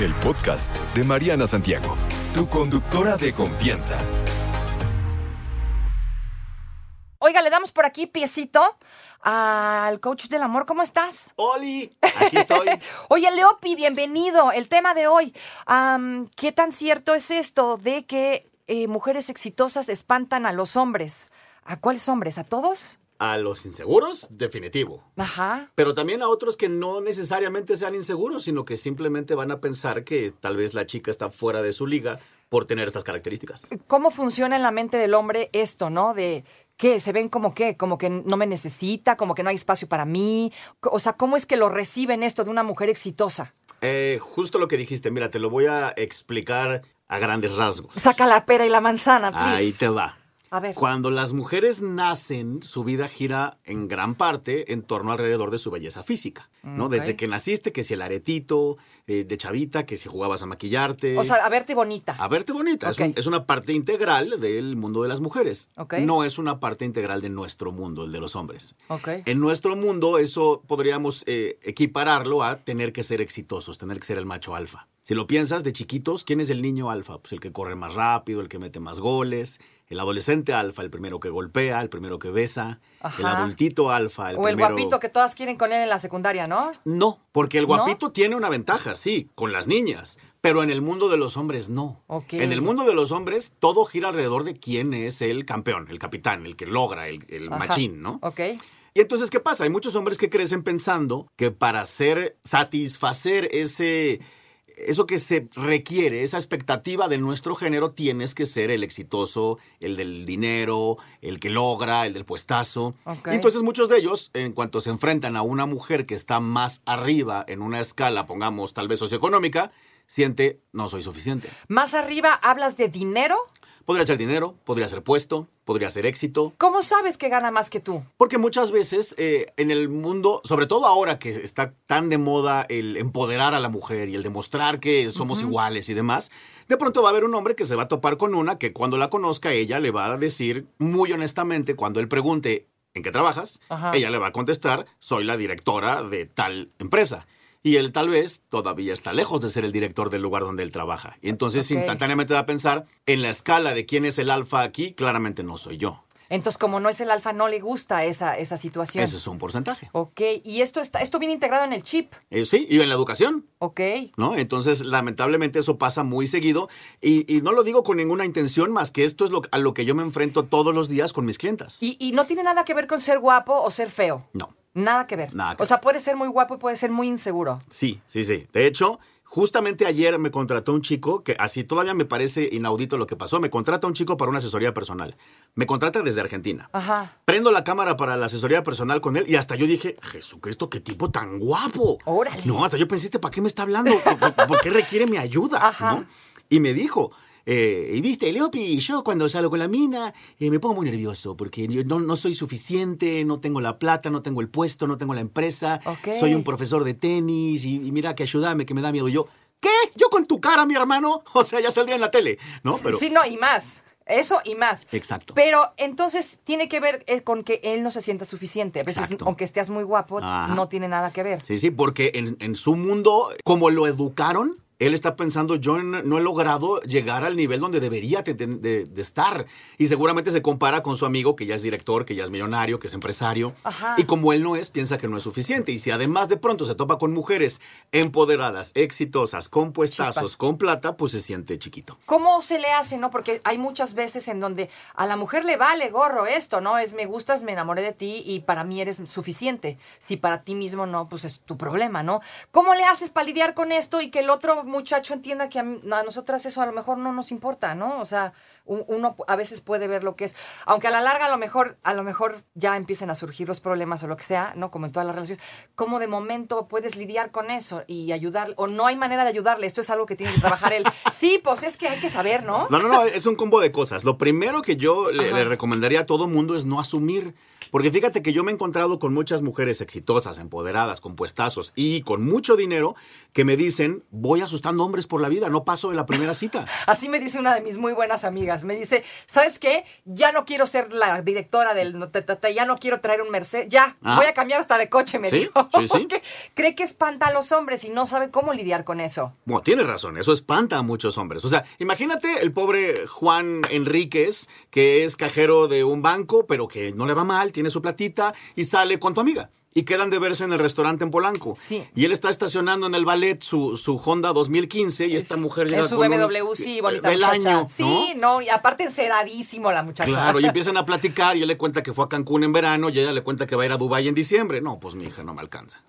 El podcast de Mariana Santiago, tu conductora de confianza. Oiga, le damos por aquí piecito al coach del amor. ¿Cómo estás? Oli, aquí estoy. Oye, Leopi, bienvenido. El tema de hoy. Am, ¿Qué tan cierto es esto de que eh, mujeres exitosas espantan a los hombres? ¿A cuáles hombres? ¿A todos? A los inseguros, definitivo. Ajá. Pero también a otros que no necesariamente sean inseguros, sino que simplemente van a pensar que tal vez la chica está fuera de su liga por tener estas características. ¿Cómo funciona en la mente del hombre esto, no? De que se ven como que, como que no me necesita, como que no hay espacio para mí. O sea, ¿cómo es que lo reciben esto de una mujer exitosa? Eh, justo lo que dijiste, mira, te lo voy a explicar a grandes rasgos. Saca la pera y la manzana, please. Ahí te va. A ver. Cuando las mujeres nacen, su vida gira en gran parte en torno alrededor de su belleza física, ¿no? Mm, Desde ok. que naciste, que si el aretito eh, de chavita, que si jugabas a maquillarte. O sea, a verte bonita. A verte bonita. Es, un- Ok. es una parte integral del mundo de las mujeres. Ok. No es una parte integral de nuestro mundo, el de los hombres. Ok. En nuestro mundo, eso podríamos eh, equipararlo a tener que ser exitosos, tener que ser el macho alfa. Si lo piensas, de chiquitos, ¿quién es el niño alfa? Pues el que corre más rápido, el que mete más goles, el adolescente alfa, el primero que golpea, el primero que besa, el Ajá. adultito alfa, el o el primero... guapito que todas quieren con él en la secundaria, ¿no? No, porque el ¿No? guapito tiene una ventaja, sí, con las niñas, pero en el mundo de los hombres no. Ok. En el mundo de los hombres todo gira alrededor de quién es el campeón, el capitán, el que logra, el, el Ajá. machín, ¿no? Ok. Y entonces, ¿qué pasa? Hay muchos hombres que crecen pensando que para hacer, satisfacer ese, eso que se requiere, esa expectativa de nuestro género, tienes que ser el exitoso, el del dinero, el que logra, el del puestazo. Ok. Y entonces muchos de ellos, en cuanto se enfrentan a una mujer que está más arriba en una escala, pongamos tal vez socioeconómica, siente, no soy suficiente. Más arriba hablas de dinero. Podría ser dinero, podría ser puesto, podría ser éxito, ¿Cómo sabes que gana más que tú? Porque muchas veces eh, en el mundo, sobre todo ahora que está tan de moda el empoderar a la mujer y el demostrar que somos iguales y demás, de pronto va a haber un hombre que se va a topar con una que cuando la conozca ella le va a decir muy honestamente cuando él pregunte en qué trabajas, Ajá. ella le va a contestar soy la directora de tal empresa. Y él tal vez todavía está lejos de ser el director del lugar donde él trabaja. Y entonces Ok. instantáneamente va a pensar, en la escala de quién es el alfa aquí, claramente no soy yo. Entonces, como no es el alfa, no le gusta esa, esa situación. Ese es un porcentaje. Ok. Y esto está, esto viene integrado en el chip. Eh, sí, y en la educación, Ok. ¿no? Entonces, lamentablemente eso pasa muy seguido y, y no lo digo con ninguna intención más que esto es lo, a lo que yo me enfrento todos los días con mis clientas. Y, y no tiene nada que ver con ser guapo o ser feo. No, Nada que ver. Nada que o sea, puede ser muy guapo y puede ser muy inseguro. sí, sí, sí. De hecho, justamente ayer me contrató un chico que así todavía me parece inaudito lo que pasó. Me contrata un chico para una asesoría personal. Me contrata desde Argentina. Ajá. Prendo la cámara para la asesoría personal con él y hasta yo dije, Jesucristo, qué tipo tan guapo. Órale. No, hasta yo pensé, "¿Este ¿para qué me está hablando? ¿Por, por- por qué requiere mi ayuda? Ajá. ¿No? Y me dijo, eh, y viste, Leopi, yo cuando salgo con la mina eh, me pongo muy nervioso porque yo no, no soy suficiente, no tengo la plata, no tengo el puesto, no tengo la empresa, Ok. soy un profesor de tenis y, y mira que ayúdame, que me da miedo. Y yo, ¿qué? Yo con tu cara, mi hermano, o sea, ya saldría en la tele, ¿no? Pero, Sí, no, y más. Eso y más. Exacto. Pero entonces tiene que ver eh, con que él no se sienta suficiente. A veces, Exacto. aunque estés muy guapo, Ajá. no tiene nada que ver. Sí, sí, porque en, en su mundo, como lo educaron, él está pensando, yo n- no he logrado llegar al nivel donde debería te- te- de, de estar. Y seguramente se compara con su amigo, que ya es director, que ya es millonario, que es empresario. Ajá. Y como él no es, piensa que no es suficiente. Y si además de pronto se topa con mujeres empoderadas, exitosas, con puestazos, Chispas. con plata, pues se siente chiquito. ¿Cómo se le hace, no? Porque hay muchas veces en donde a la mujer le vale gorro esto, ¿no? Es me gustas, me enamoré de ti y para mí eres suficiente. Si para ti mismo no, pues es tu problema, ¿no? ¿Cómo le haces para lidiar con esto y que el otro muchacho entienda que a, mí- a nosotras eso a lo mejor no nos importa, ¿no? O sea, u- uno a veces puede ver lo que es, aunque a la larga a lo mejor a lo mejor ya empiezan a surgir los problemas o lo que sea, ¿no? Como en todas las relaciones, ¿cómo de momento puedes lidiar con eso y ayudar o no hay manera de ayudarle? Esto es algo que tiene que trabajar él. Sí, pues es que hay que saber, ¿no? No, no, no, es un combo de cosas. Lo primero que yo le, Ajá. le recomendaría a todo mundo es no asumir. Porque fíjate que yo me he encontrado con muchas mujeres exitosas, empoderadas, con puestazos y con mucho dinero que me dicen, voy asustando hombres por la vida, no paso de la primera cita. Así me dice una de mis muy buenas amigas. Me dice, ¿sabes qué? Ya no quiero ser la directora del no- ta- ta- ta, ya no quiero traer un Mercedes, ya, Ah. voy a cambiar hasta de coche, me Sí, dijo. sí, sí. Porque cree que espanta a los hombres y no sabe cómo lidiar con eso. Bueno, tienes razón, eso espanta a muchos hombres. O sea, imagínate el pobre Juan Enríquez, que es cajero de un banco, pero que no le va mal, tiene su platita y sale con tu amiga. Y quedan de verse en el restaurante en Polanco. Sí. Y él está estacionando en el ballet su, su Honda 2015 y esta Es- mujer es llega su con un- eh, BMW, sí, bonita del muchacha. año, ¿no? Sí, no, y aparte enceradísimo la muchacha. Claro, y empiezan a platicar y él le cuenta que fue a Cancún en verano y ella le cuenta que va a ir a Dubái en diciembre. No, pues mi hija no me alcanza.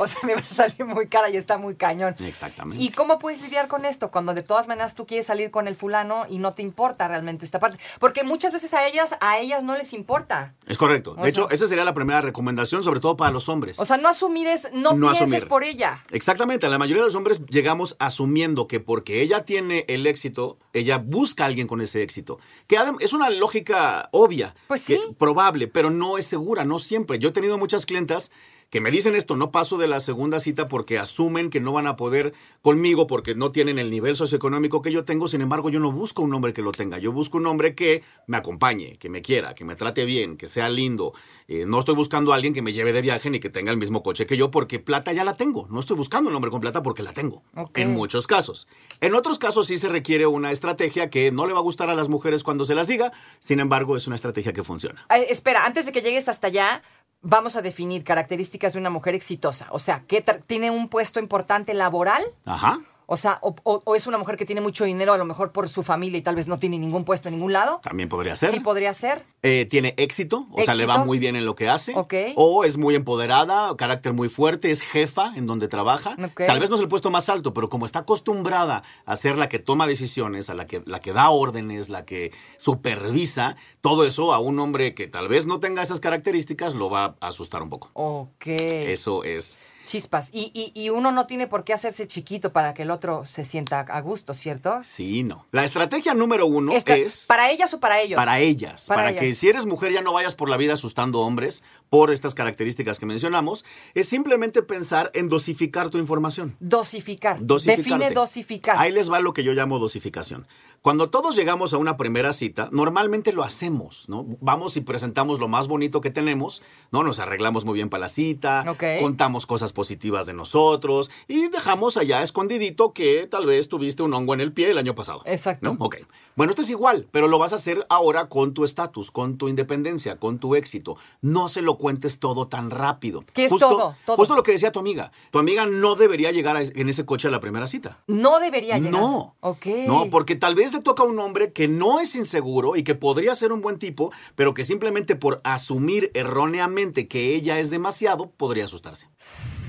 O sea, me vas a salir muy cara y está muy cañón. Exactamente. ¿Y cómo puedes lidiar con esto? Cuando de todas maneras tú quieres salir con el fulano y no te importa realmente esta parte. Porque muchas veces a ellas, a ellas no les importa. Es correcto. O De hecho, sea- esa sería la primera recomendación, sobre todo para los hombres. O sea, no asumir es, no, No pienses asumir. por ella. Exactamente, la mayoría de los hombres llegamos asumiendo que porque ella tiene el éxito, ella busca a alguien con ese éxito. Que adem- es una lógica obvia, Pues que- sí. probable, pero no es segura, no siempre. Yo he tenido muchas clientas que me dicen esto, no paso de la segunda cita porque asumen que no van a poder conmigo porque no tienen el nivel socioeconómico que yo tengo, sin embargo yo no busco un hombre que lo tenga, yo busco un hombre que me acompañe, que me quiera, que me trate bien, que sea lindo. Eh, no estoy buscando a alguien que me lleve de viaje ni que tenga el mismo coche que yo porque plata ya la tengo, no estoy buscando un hombre con plata porque la tengo Ok. en muchos casos. En otros casos sí se requiere una estrategia que no le va a gustar a las mujeres cuando se las diga, sin embargo es una estrategia que funciona. Eh, espera, antes de que llegues hasta allá, vamos a definir características de una mujer exitosa. O sea, que tra- tiene un puesto importante laboral. Ajá. O sea, o, o- o es una mujer que tiene mucho dinero, a lo mejor por su familia y tal vez no tiene ningún puesto en ningún lado. También podría Ah, ser. Sí podría ser. Eh, tiene éxito, o sea, le va Éxito. muy bien en lo que hace. Ok. O es muy empoderada, carácter muy fuerte, es jefa en donde trabaja. Ok. Tal vez no es el puesto más alto, pero como está acostumbrada a ser la que toma decisiones, a la que, la que da órdenes, la que supervisa, todo eso a un hombre que tal vez no tenga esas características lo va a asustar un poco. Ok. Eso es. Chispas. Y, y- y uno no tiene por qué hacerse chiquito para que el otro se sienta a gusto, ¿cierto? Sí, no. La estrategia número uno Esta- es... ¿Para ellas o para ellos? Para ellas, Para para, ellas. que si eres mujer ya no vayas por la vida asustando hombres por estas características que mencionamos, es simplemente pensar en dosificar tu información. Dosificar. Dosificarte. Define dosificar. Ahí les va lo que yo llamo dosificación. Cuando todos llegamos a una primera cita, normalmente lo hacemos, ¿no? Vamos y presentamos lo más bonito que tenemos, ¿no? Nos arreglamos muy bien para la cita, Ok. contamos cosas positivas de nosotros y dejamos allá escondidito que tal vez tuviste un hongo en el pie el año pasado. Exacto. ¿no? Ok. Bueno, esto es igual, pero lo vas a hacer ahora con tu estatus, con tu independencia, con tu éxito. No se lo cuentes todo tan rápido. ¿Qué es todo? Todo. Justo lo que decía tu amiga. Tu amiga no debería llegar a es- en ese coche a la primera cita. No debería llegar. No. Ok. No, porque tal vez le toca a un hombre que no es inseguro y que podría ser un buen tipo, pero que simplemente por asumir erróneamente que ella es demasiado, podría asustarse.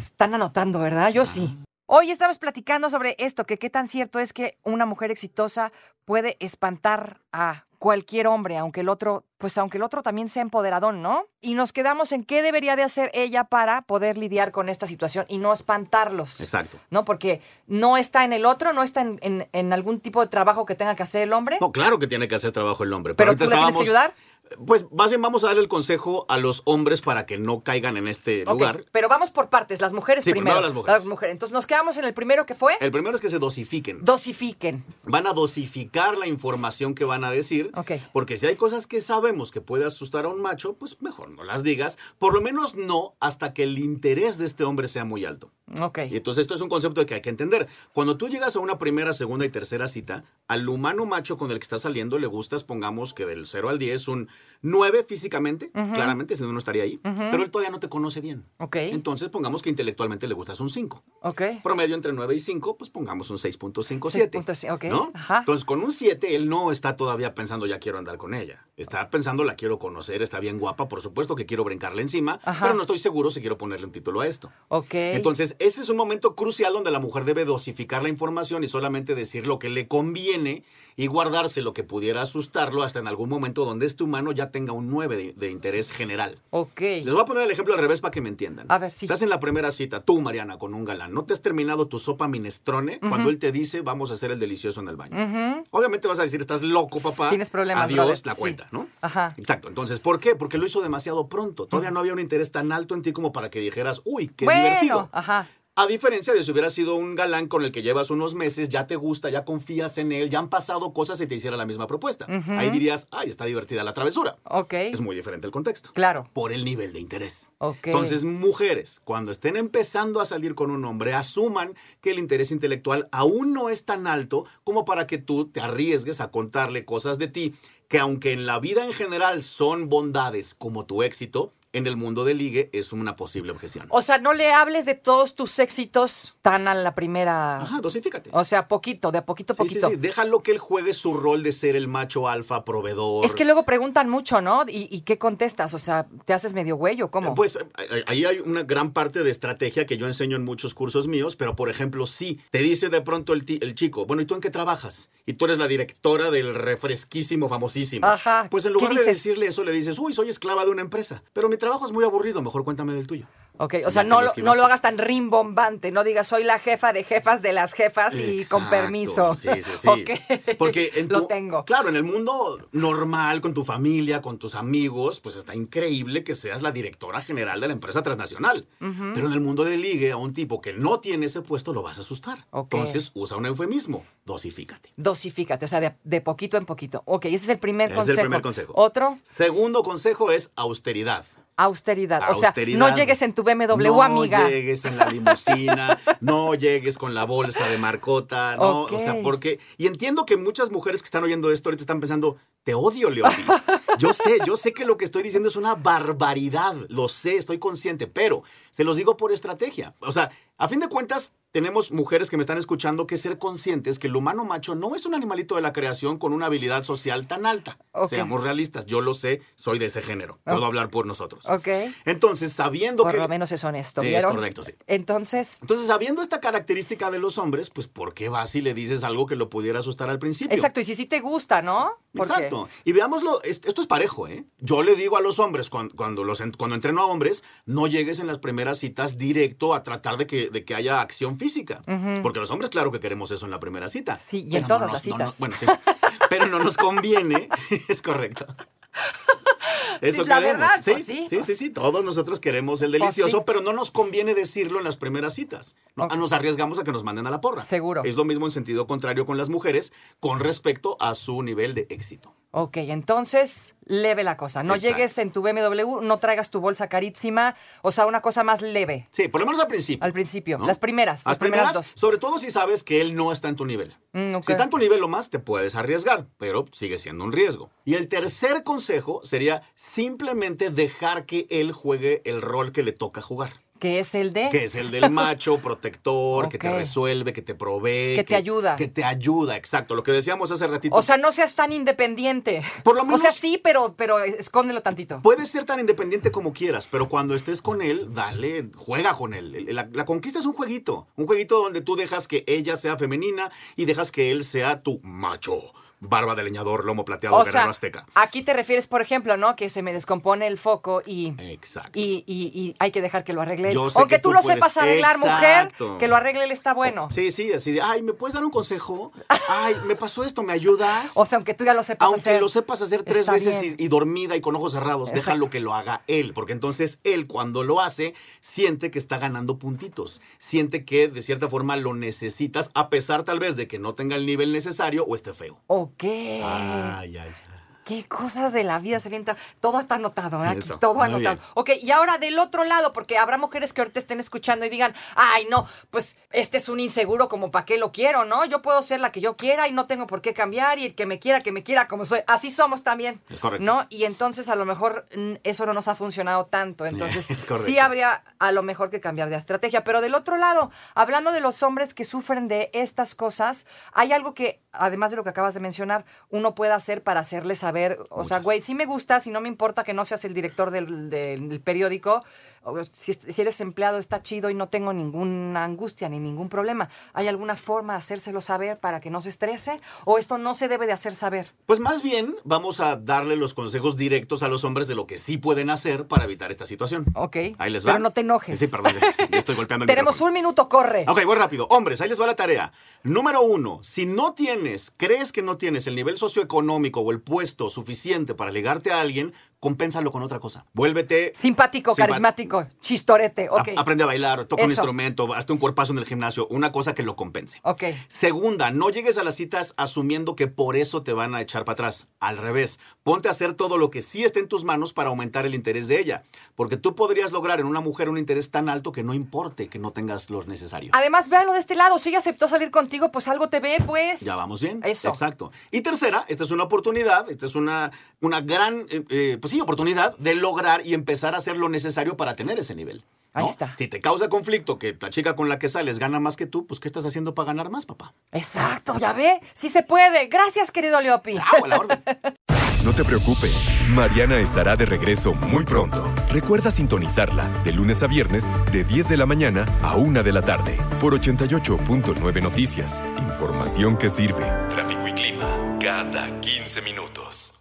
Están anotando, ¿verdad? Yo sí. Hoy estamos platicando sobre esto, que qué tan cierto es que una mujer exitosa puede espantar a cualquier hombre, aunque el otro, pues aunque el otro también sea empoderadón, ¿no? Y nos quedamos en qué debería de hacer ella para poder lidiar con esta situación y no espantarlos. Exacto. ¿no? Porque no está en el otro, no está en, en- en algún tipo de trabajo que tenga que hacer el hombre. No, claro que tiene que hacer trabajo el hombre. Pero ahorita tú le tienes que estábamos- Pues más bien vamos a darle el consejo a los hombres para que no caigan en este Ok, lugar. pero vamos por partes, las mujeres Sí, primero. primero las mujeres. Eh. Entonces nos quedamos en el primero que fue, El primero es que se dosifiquen. dosifiquen. van a dosificar la información que van a decir. Ok. Porque si hay cosas que sabemos que puede asustar a un macho, pues mejor no las digas. Por lo menos no hasta que el interés de este hombre sea muy alto. Ok. Y entonces esto es un concepto que hay que entender. Cuando tú llegas a una primera, segunda y tercera cita, al humano macho con el que estás saliendo le gustas, pongamos que del 0 al 10, un 9 físicamente, claramente, si no, no estaría ahí, pero él todavía no te conoce bien. Ok. Entonces pongamos que intelectualmente le gustas un 5 Ok. promedio entre 9 y 5, pues pongamos un 6.57. 6.5, ok, ¿no? ajá. Entonces, con un 7, él no está todavía pensando, ya quiero andar con ella. Ah. Está pensando, la quiero conocer, está bien guapa, por supuesto que quiero brincarle encima, Ajá. pero no estoy seguro si quiero ponerle un título a esto. Ok. Entonces, ese es un momento crucial donde la mujer debe dosificar la información y solamente decir lo que le conviene y guardarse lo que pudiera asustarlo hasta en algún momento donde este humano uno ya tenga un 9 de, de interés general. Ok. Les voy a poner el ejemplo al revés para que me entiendan. A ver, sí. Estás en la primera cita, tú, Mariana, con un galán. No te has terminado tu sopa minestrone cuando él te dice, vamos a hacer el delicioso en el baño. Obviamente vas a decir, estás loco, papá. Mm. Tienes problemas, Adiós, brother. la Sí. cuenta, ¿no? Ajá. Exacto. Entonces, ¿por qué? Porque lo hizo demasiado pronto. Todavía no había un interés tan alto en ti como para que dijeras, uy, qué Mm. bueno, divertido. ajá. A diferencia de si hubiera sido un galán con el que llevas unos meses, ya te gusta, ya confías en él, ya han pasado cosas y te hiciera la misma propuesta. Ahí dirías, ay, está divertida la travesura. Ok. Es muy diferente el contexto. Claro. Por el nivel de interés. Ok. Entonces, mujeres, cuando estén empezando a salir con un hombre, asuman que el interés intelectual aún no es tan alto como para que tú te arriesgues a contarle cosas de ti que aunque en la vida en general son bondades como tu éxito, en el mundo del ligue es una posible objeción. O sea, no le hables de todos tus éxitos tan a la primera. Ajá, dosifícate. O sea, poquito, de a poquito a Sí, sí, Oh, poquito. sí, déjalo que él juegue su rol de ser el macho alfa proveedor. Es que luego preguntan mucho, ¿no? ¿Y, y qué contestas? O sea, ¿te haces medio güey o cómo? Pues eh, eh, ahí hay una gran parte de estrategia que yo enseño en muchos cursos míos, pero por ejemplo, sí, te dice de pronto el, ti- el chico, bueno, ¿y tú en qué trabajas? Y tú eres la directora del refresquísimo famosísimo. Ajá, Pues en ¿qué lugar de dices? decirle eso, le dices, uy, soy esclava de una empresa, pero mi trabajo es muy aburrido, mejor cuéntame del tuyo. ok, o sea, pues, ya te no lo lo, no esquivaste. lo hagas tan rimbombante. No digas, soy la jefa de jefas de las jefas y con Exacto, permiso. Sí, sí, sí. Ok. Porque en lo tu- tengo. Claro, en el mundo normal, con tu familia, con tus amigos, pues está increíble que seas la directora general de la empresa transnacional. Pero en el mundo de ligue, a un tipo que no tiene ese puesto lo vas a asustar. Ok. Entonces usa un eufemismo. Dosifícate. Dosifícate, o sea, de, de poquito en poquito. Ok, ese es el primer Ese es el consejo. primer consejo. Otro, Segundo consejo es austeridad. austeridad. Austeridad. O sea, no llegues en tu BMW, amiga. No llegues en la limusina, no llegues con la bolsa de marcota, no, o sea, Ok. porque y entiendo que muchas mujeres que están oyendo esto ahorita están pensando, "Te odio, Leopi." Yo sé, yo sé que lo que estoy diciendo es una barbaridad, lo sé, estoy consciente, pero se los digo por estrategia. O sea, a fin de cuentas tenemos mujeres que me están escuchando que ser conscientes que el humano macho no es un animalito de la creación con una habilidad social tan alta. Ok. Seamos realistas, yo lo sé, soy de ese género. Puedo Ok. hablar por nosotros. Ok. Entonces, sabiendo Por que lo menos es honesto, Es ¿vieron? correcto, sí. Entonces, entonces, sabiendo esta característica de los hombres, pues ¿por qué vas y le dices algo que lo pudiera asustar al principio? exacto, y si sí te gusta, ¿no? Porque- Exacto. Y veámoslo, es- esto es parejo, ¿eh? Yo le digo a los hombres, cuan- cuando, los, en- cuando entreno a hombres, no llegues en las primeras citas directo a tratar de que, de que haya acción física. Porque los hombres, claro que queremos eso en la primera cita. Sí, y en Pero no todas las nos- no nos- citas. bueno, sí. Pero no nos conviene, es correcto. Eso Sí, la queremos. verdad, sí, pues sí. sí, sí, sí, todos nosotros queremos el Pues sí. delicioso, pero no nos conviene decirlo en las primeras citas. No, Ok. Nos arriesgamos a que nos manden a la porra. Seguro. Es lo mismo en sentido contrario con las mujeres con respecto a su nivel de éxito. Ok, entonces leve la cosa. No Exacto. llegues en tu BMW, no traigas tu bolsa carísima. O sea, una cosa más leve. Sí, por lo menos al principio. Al principio, ¿no? las primeras, las primeras dos. sobre todo si sabes que él no está en tu nivel. Mm, ok. Si está en tu nivel o más, te puedes arriesgar, pero sigue siendo un riesgo. Y el tercer consejo sería simplemente dejar que él juegue el rol que le toca jugar, Que es el de. que es el del macho protector, que te Ok. resuelve, que te provee, Que te ayuda. que te ayuda, exacto, lo que decíamos hace ratito. O sea, no seas tan independiente. Por lo menos- O sea, sí, pero, pero escóndelo tantito. Puedes ser tan independiente como quieras, pero cuando estés con él, dale, juega con él. El- La, la conquista es un jueguito, un jueguito donde tú dejas que ella sea femenina y dejas que él sea tu macho. Barba de leñador, lomo plateado, O guerrero sea, azteca. aquí te refieres, por ejemplo, ¿no? Que se me descompone el foco y. Exacto. Y, y- y hay que dejar que lo arregle. él. Yo sé Aunque que tú, tú lo puedes. sepas arreglar, Exacto. mujer, que lo arregle él está bueno. Sí, sí, así de, ay, ¿me puedes dar un consejo? Ay, me pasó esto, ¿me ayudas? O sea, aunque tú ya lo sepas Aunque hacer. lo sepas hacer tres está veces bien. y, y dormida y con ojos cerrados, Exacto. déjalo que lo haga él, porque entonces él cuando lo hace siente que está ganando puntitos, siente que de cierta forma lo necesitas, a pesar tal vez de que no tenga el nivel necesario o esté feo. Ok. Ay, ay, ay. Qué cosas de la vida se avienta. Todo está anotado, ¿verdad? Aquí Eso, todo muy anotado. bien. Ok, y ahora del otro lado, porque habrá mujeres que ahorita estén escuchando y digan, ay, no, pues este es un inseguro, como para qué lo quiero, ¿no? Yo puedo ser la que yo quiera y no tengo por qué cambiar y el que me quiera, que me quiera como soy. Así somos también. Es correcto. ¿No? Y entonces a lo mejor mm, eso no nos ha funcionado tanto. Entonces Es correcto. sí habría a lo mejor que cambiar de estrategia. Pero del otro lado, hablando de los hombres que sufren de estas cosas, hay algo que, además de lo que acabas de mencionar, uno puede hacer para hacerle saber, o sea, Muchas. güey, sí me gusta, si no me importa que no seas el director del, del periódico, o si, es- si eres empleado está chido y no tengo ninguna angustia ni ningún problema. ¿Hay alguna forma de hacérselo saber para que no se estrese? ¿O esto no se debe de hacer saber? Pues más bien vamos a darle los consejos directos a los hombres de lo que sí pueden hacer para evitar esta situación. Ok. Ahí les va. Pero no te enojes. Sí, perdón, ya estoy golpeando el Tenemos micrófono. un minuto, corre. Ok, voy rápido. Hombres, ahí les va la tarea. Número uno, si no tienes, crees que no tienes el nivel socioeconómico o el puesto suficiente para ligarte a alguien, compénsalo con otra cosa. Vuélvete. Simpático, Simpa- carismático, chistorete. Ok. a- Aprende a bailar, toca un Eso. instrumento, hazte un cuerpazo en el gimnasio, una cosa que lo compense. Ok. Segunda, no llegues a las citas asumiendo que por eso te van a echar para atrás. Al revés, ponte a hacer todo lo que sí esté en tus manos para aumentar el interés de ella, porque tú podrías lograr en una mujer un interés tan alto que no importe que no tengas los necesarios. Además, véanlo de este lado. Si ella aceptó salir contigo, pues algo te ve, pues. Ya vamos bien. Eso. Exacto. Y tercera, esta es una oportunidad, esta es una, una gran, eh, eh, pues sí, oportunidad de lograr y empezar a hacer lo necesario para tener ese nivel. ¿no? Ahí está. Si te causa conflicto que la chica con la que sales gana más que tú, pues ¿qué estás haciendo para ganar más, papá? Exacto, ya ve. Sí se puede. Gracias, querido Leopi. ¡Au, a la orden! No te preocupes, Mariana estará de regreso muy pronto. Recuerda sintonizarla de lunes a viernes de 10 de la mañana a 1 de la tarde por 88.9 Noticias. Información que sirve. Tráfico y clima cada 15 minutos.